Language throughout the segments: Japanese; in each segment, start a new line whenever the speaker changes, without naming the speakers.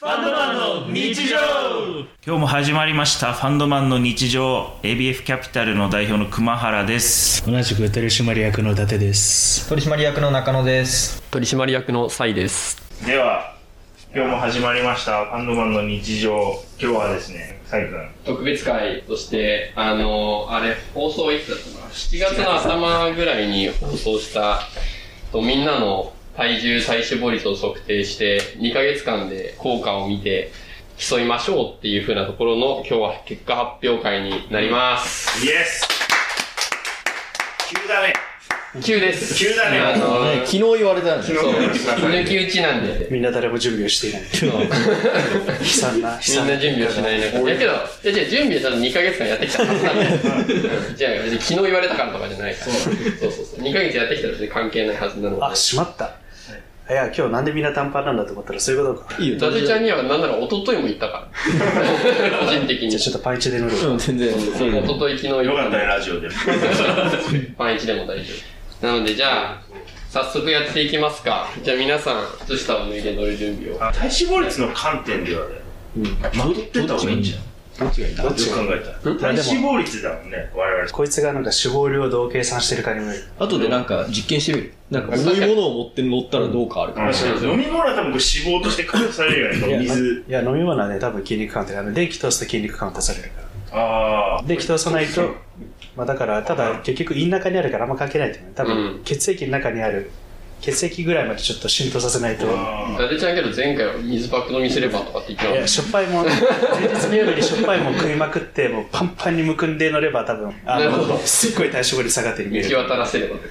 ァンドマンの日常
今日も始まりましたファンドマンの日常 ABF キャピタルの代表の熊原です
同じく取締役の伊達です
取締役の中野です
取締役のサイです
では今日も始まりましたファンドマンの日常今日はですねサイ君
特別会としてあのあれ放送いつだったかな7月の頭ぐらいに放送したとみんなの体重体脂肪率を測定して2ヶ月間で効果を見て競いましょうっていう風なところの今日は結果発表会になります
イエス急だね
急です
急だね
あの
昨日言われたんです
そう 抜き打ちなんで
みんな誰も準備をしていない悲惨な悲
みん
惨
な
な
準備をしない中だけど、いや違う、準備はちゃんと2ヶ月間やってきたはずなんだ よ。じゃあ、別に昨日言われたからとかじゃないから。そうそうそう2ヶ月やってきたら別に関係ないはずなので。
あしまったいや今日なんでみんな短パンなんだと思ったらそういうことか
いいよ
ダジちゃんには何なら一昨日も言ったから。 個人的に。
じ
一
ゃあちょっとパンイチで塗ろう
うん全然
昨日昨日
よ
よ
かったねラジオでも
パン1でも大丈夫。なので、じゃあ、早速やっていきますか。じゃあ皆さん、靴下を脱いで乗る準備を。
あ体脂肪率の観点ではねまとってた方がいいんじゃん
どっ
よ
ち
く
が
考えたら体脂肪率だもんね我々
こいつがなんか脂肪量をどう計算してるかにもよる
あとでなんか実験してみるなんか重いものを持って乗ったらどう変わるか
飲み物は多分これ脂肪としてカウントされるよね
いや
水
いや飲み物はね多分筋肉カウントであの電気通すと筋肉カウントされるから
ああ
電気通さないとまあだからただ結局胃の中にあるからあんま関係ないと思う多
う
分血液の中にある血液ぐらいまでちょっと浸透させないと
ダジちゃんけど前回は水パック飲みすればとかって言って
い
なか
や
っ
しょっぱいもん前日の夜にしょっぱいもん食いまくってもうパンパンにむくんで乗れば多分あ
なるほ
の
ど
すっごい体脂肪率下がってる
た。
見え
行き
る
渡らせればとか。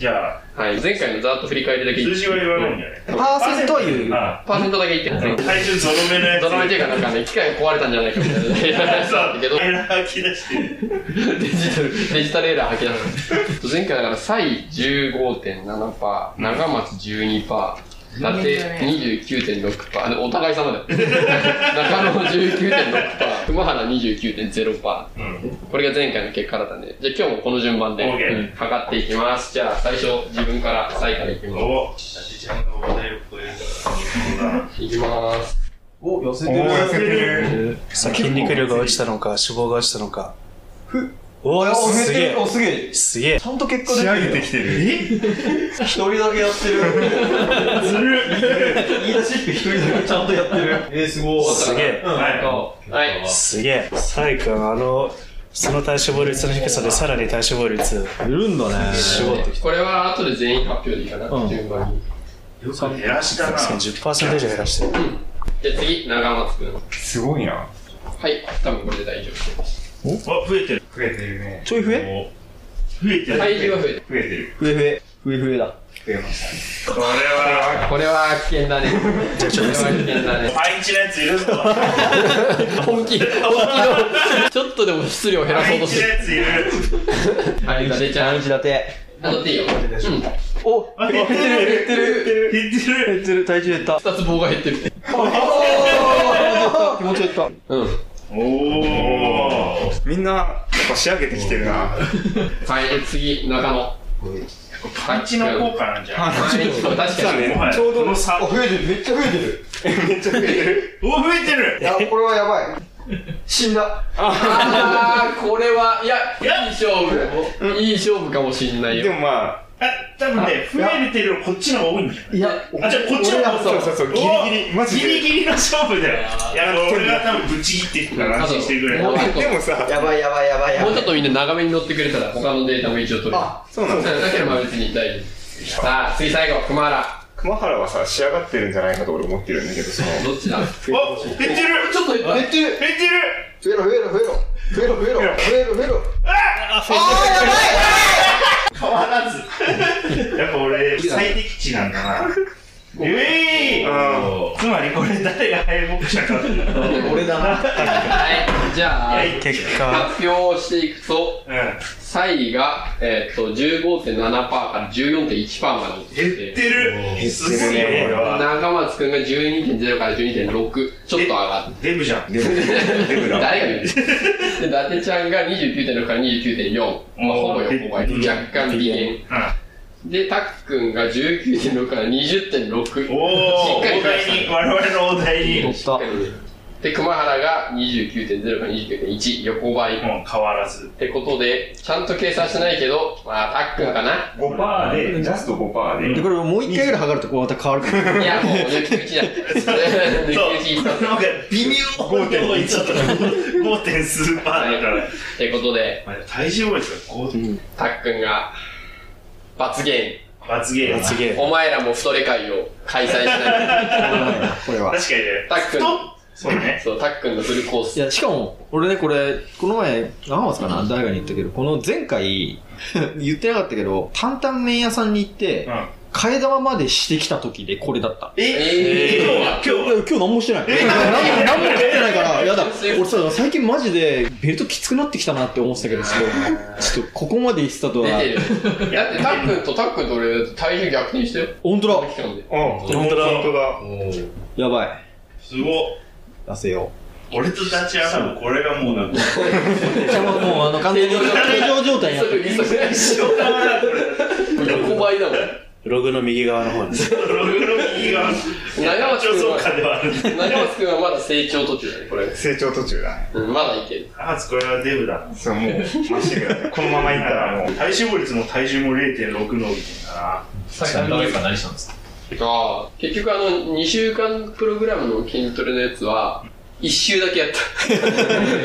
じゃあ
はい、前回のざっと振り返りだけ
数字は言わないんじゃない
パーセントは言うよ
あ
パーセントだけ言ってる
あ体重ゾロ目のやつ
ドラマっていうかなんかね機械が壊れたんじゃないかみたいな エラー
さ
だ
あ
けど
エラー吐き出してる
デジタルデジタルエラー吐き 出す前回だからサイ15.7パー長松12パーだって29.6パーでお互い様だよ中野19.6パー熊原29.0パーこれが前回の結果だったんでじゃあ今日もこの順番で
OK
測っていきますじゃあ最初自分からサイからいきます
おじちゃんが話題を超えるから
いきます
お、寄せ
おー痩せてる
さあ筋肉量が落ちたのか脂肪が落ちたのか
ふ
おお
お、
すげえ
お、すげえ。ち
すげえ
ゃんと結果出てる。仕上げてきてる。一人だけやってる。
ずるい
言い出しっぺ一人だけちゃんとやってる。えー、すごい。
すげえ
は
はい
すげえサイ君あのその体脂肪率の低さでさらに体脂肪率
いるんだね
絞ってきて
これは後で全員発表でいいかな、
うん
順番に
いよく減らしたな
10%以上減らしてる
じゃあ次長松君
すごいな。
はい多分これで大丈夫です
お増えてる
増えてるね。
ちょい増え
お増えてる
体重が増えてる
増えてる。
増え増え増え増えだ
増えまし
これは
これは危険だね
じゃあち
こ
ょっ
れ
と
は危険だね
パイチのやついるぞ
本気本気のちょっとでも質量減ら
パ
そう
イ
と
チ
す
の
る
やついる
はいダデちゃん
内立て
戻っていいようん
お
減っ
減
てる減ってる減ってる
減ってる体重減った
二つ棒が減ってる
気持ち減った
うん
おお
た。みんな、やっぱ仕上げてきてるな。
はい次中野
パイチの効果なんじゃない
はい確かに
もはや
ちょうど
この差
あ、
お
増えてる。めっちゃ増えてる。めっちゃ増えてる。
増えてる
いや、これはやばい。死んだ。
あーこれはいやいい勝負いい勝負かもしんない
で
よ
もまあ、
あ多分ね増えてるよりこっちの方が多いんじゃない
いや、
あ、じゃあこっちの方
そうそうそう、ギリギリ、マジ
ギリ
で。
ギリの勝負だよ。いや、俺が多分ぶち切ってるから安心してくれ。
もう
あ
ちょっと
でもさ、やばいやばいやばい
もうちょっとみんな長めに乗ってくれたら他のデータも一応取れる
あ、そうなんだ。
なければ別に大丈夫さあ次最後熊原
熊原はさ、仕上がってるんじゃないかと俺思って るんだけど、その。
どっちだ
減ってる
ちょっと減った
ってる。
減ってる
増えろ、増えろ、増えろ。増えろ、増えろ。増えろ、増えろ。
変わらず。やっぱ俺、最適値なんだな。うえいつまりこれ誰が敗北者かっていうと。
俺だな。
はいじゃあ
結果
発表していくと
うん。
サイが、えー、と15.7%から14.1%まで落ち
減って
て
る。すげえ、これは。
中松くんが12.0から12.6ちょっと上がる
デブじゃん。
デブ、デブだ。
誰が言うので伊達ちゃんが29.6から29.4、まあ、ほぼ横ばい
うん
若干微減
う
で、たっくんが19.6から20.6。
おお
しっかり
大台に我々の大台にもう
しっかりで、熊原が29.0から29.1、横ばい。っ
変わらず
てことで、ちゃんと計算してないけど、まあ、たっくんかな。
5%で、ジャスト5%で、
で、これもう一回ぐらい測ると、こうまた変わるから。
いや、もう抜き打ちだ。
そう
抜き打ち一
これ
発。
なんか微妙なとこいっちゃったから 5. 点数パーだから
ってことで、
まあ体重覚えですから5
たっくんが、罰ゲ
罰ゲーム
次
ーム。お前らも太れ会を開催しない。
こ れは。
確かにね
たっくん、
そうね
そう、たっくんのフルコー
い
ス。
や、しかも、俺ね、これ、この前、アマスかな誰かに言ったけど、この前回、 言ってなかったけど、担々麺屋さんに行って
う、ん
替え玉までしてきた時でこれだった。
え
えー
今日は今日
い
は
や今日何もしてない。
え
何も、何も食ってないから、やだ。
そういう
俺さ、最近マジで、ベルトきつくなってきたなって思ってたけど、 すごいちょっと、ここまで行ってたと
出
は
て、る。だって、たっくんとたっくんと俺、体重逆転したよ。
本当
この
だ。
期間で。
うん、
本当だ
本当
や
だ。
ばい。
すごっ
出せよ
俺とダチアナもこれがもうなんか
う。じゃあもう、あの、完全に正常状態になって
それ
る。
理想じゃないしょ。横ばいだもん。
ログの右側の方です。
ログの右側
長松君
上
は
層下ではあるんだ
長松くんはまだ成長途中だね、これ。
成長途中だ。
うんまだいける。
あこれはデブだ
そう、もう、まっしぐらね。このままいったらもう。
体脂肪率も体重も0.6伸びてんだな
ああ、結局あの、2週間プログラムの筋トレのやつは、1週だけやった。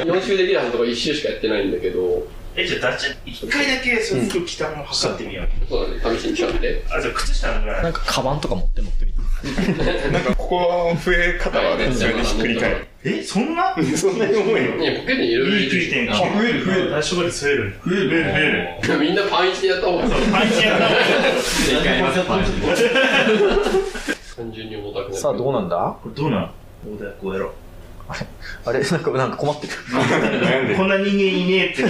4週できたはずとか1週しかやってないんだけど、
え、じゃあ、ダチャ、一回だけ、その服着たまま測ってみよう。
そうだね、試しに来たんで。
あ、じゃあ、靴下のぐらい。
なんか、カバンとか持って乗ってみて。
なんか、ここの増え方はね、それでひっくり返る。
え、そんな増
そんなに重いの
いや、ポケットにいろいろ入れてるし
える、増える。体脂肪率増える。増える、増え
みんなパンイチでやった方が
る。パンチやな。
正解な単純に重たくなる。
さあ、どうなんだ
これどうなの大田こうやろ
あれなんか、なんか困ってる。
悩ん
う。
で
こんな人間いねえって。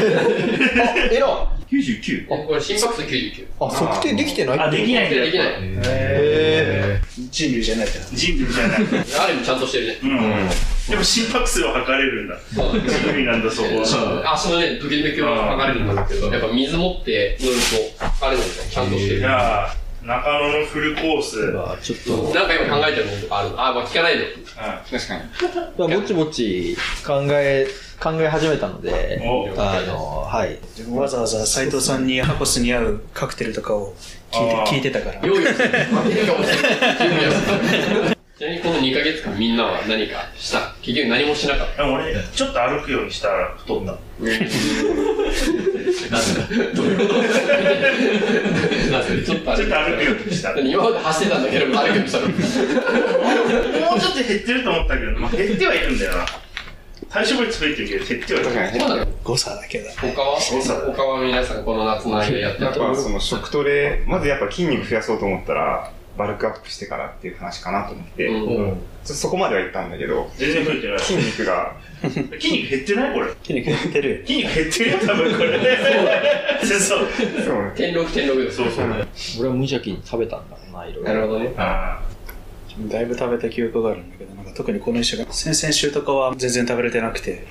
エラ
99?
あこれ心拍数99。
ーあ、測定できてない
あ、できないんだよ。
できない。
へ
人類じゃないから。
人類じゃない。う
ある意味ちゃんとしてるね。
ん。でも心拍数を測れるんだ。
そうだね
人類なんだ、そこは。
足のね、時々は剥がれるんだけど、やっぱ水持って乗ると、あれなんだよ、ちゃんとしてる。
じ
なんか
ゃあ、中野のフルコース。うん。
ーちょっと。
今考えてるものとかあるのあ、まあ聞かないで。
確かに。
まあ、ぼちぼち考え、考え始めたので、
お
あの、はい。
でもわざわざ斎藤さんにハコスに合うカクテルとかを聞い
あー
て聞いてたから。
用意してる。ちなみにこの2ヶ月間みんなは何かした結局何もしなかっ
でも俺、ちょっと歩くようにしたら太った。
た。どういうことなんでちょっと
ちょっと
あ
歩く
れ
ようにした。
今まで走ってたんだけど、歩くようにしたの。
もうちょっと減ってると思ったけど、まあ、減ってはいるんだよな。体脂肪率増えてるけど、減ってはいる。
確かに。
そうなの
誤差だけだ。
他は他は皆さんこの夏の間やって
や
た
っ
と思
ぱ
う。
その食トレ、まずやっぱ筋肉増やそうと思ったら、バルクアップしてからっていう話かなと思って、
うん
ちょっとそこまでは行ったんだけど、
全然増えてない。
筋肉が、
筋肉減ってないこれ。
筋肉減ってる。
筋肉減ってるよ、多分これ。そうそう。
そう、
天禄天禄です。
そうそう。
俺は無邪気に食べたんだろうな、いろいろ。
なるほどね。
あ
だいぶ食べた記憶があるんだけど、なんか特にこの一週間、先々週とかは全然食べれてなくて、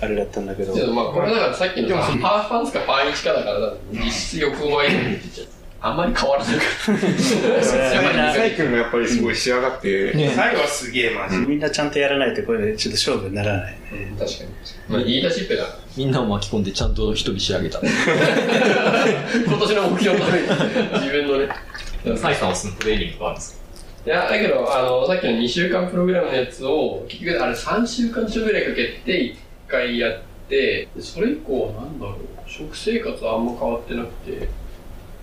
あれだったんだけど
ちょっ。とまあこれだからさっきのさ、ハーフパンツかパンイチかだから、実質欲を湧いてるって言っちゃう。あんまり変わらない から。やっぱり
サイクルがやっぱりすごい仕上がって、
あ。最後はすげえマジ。
みんなちゃんとやらないとこれちょっと勝負にならないね。
確かに。まあ言い出しっぺだから。
みんなを巻き込んでちゃんと一人仕上げた。
今年の目標のために、 自分のね。
サイさんはそのトレーニングがあるんですか
いや、だけど、あの、さっきの2週間プログラムのやつを、結局、あれ3週間ちょいぐらいかけて1回やって、それ以降はなんだろう、食生活はあんま変わってなくて、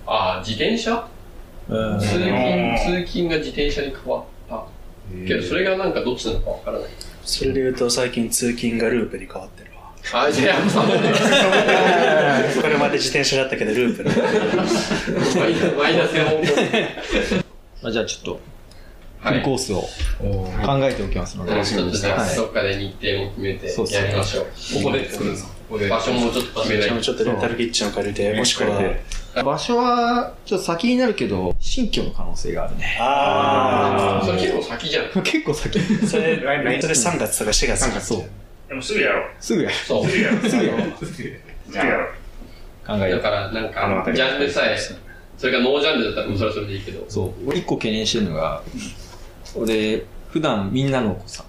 ああ、自転車
うん
通
うん
勤、通勤が自転車に変わった。けど、それがなんかどっちなのかわからない。
それで言うと最近通勤がループに変わってるわ。
あ、いや、もう
これまで自転車だったけどループに。
マイナスマイナスの 方向
まあ、じゃあちょっと、フ
は
ル
い。
コースを考えておきますので。
ちょっとじゃあ、
はい
どっかで日程も決めて
そうそう
やりましょう。
ここで作るんですかここで
場所もちょっと決めないと。
ちょっとレンタルキッチンを借りて、もしくは、
場所は、ちょっと先になるけど、新居の可能性があるね。
あ
それ結構先じゃん。
結構先。
あ、それ、それ3月とか4月。
そう。
でもすぐやろう。
すぐや。
そう。
すぐやろう。す
すぐや。
ぐやろう。
考え
だ
よう。
から、なん
あの
か、
辺
ジ
り
ャンルさえ、それがノージャンルだったらもうそれはそれでいいけど、
そう俺一個懸念してるのが俺普段みんなのさ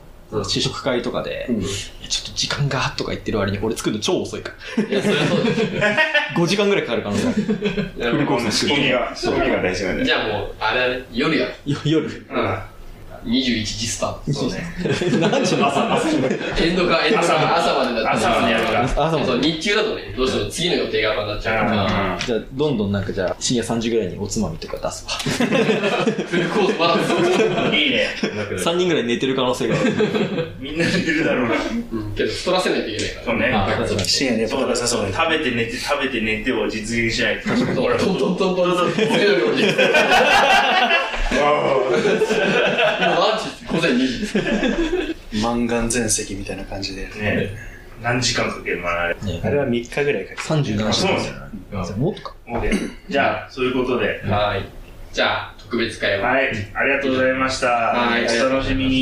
試食会とかで、いやちょっと時間がとか言ってる割に俺作るの超遅いから
いやそれはそうですよ
5時間ぐらいかかる可能性ある
な
フル
る
コ
ほ
ースの仕込みが、仕込みが大事なん
ど
で。
じゃあもうあれだね夜やろ
よ 夜
21時スタート
そうね。
何時の朝
エンドかエンドか朝までだった
朝までやるから。
朝ま
そう
で
日中だとねどうしても次の予定がまたなっちゃうから
じゃあどんどんなんかじゃあ深夜3時ぐらいにおつまみとか出すわ
フルコースまだ
うんいいね。
3人ぐらい寝てる可能性がある
みんな寝てるだろうな。
うんけど太らせないといけないから
そうね。
あ
確かに
深夜にやっ
そ
ぱ
う
食べ
だ
させ
そう
な
だ
い
食べて寝て食べて寝てを実現しないと。
そうトントントントントン次の料理今何時午前2時です
満願全席みたいな感じで、
ね何時間かけるのかなあれ。
あれは3日ぐらいかけて
37
そう
時
なんだよ
もっとか
な。OK じゃあ、そういうことで。
はいじゃあ特別会は
はい。ありがとうございました。
はいありがとうございました
お楽しみに。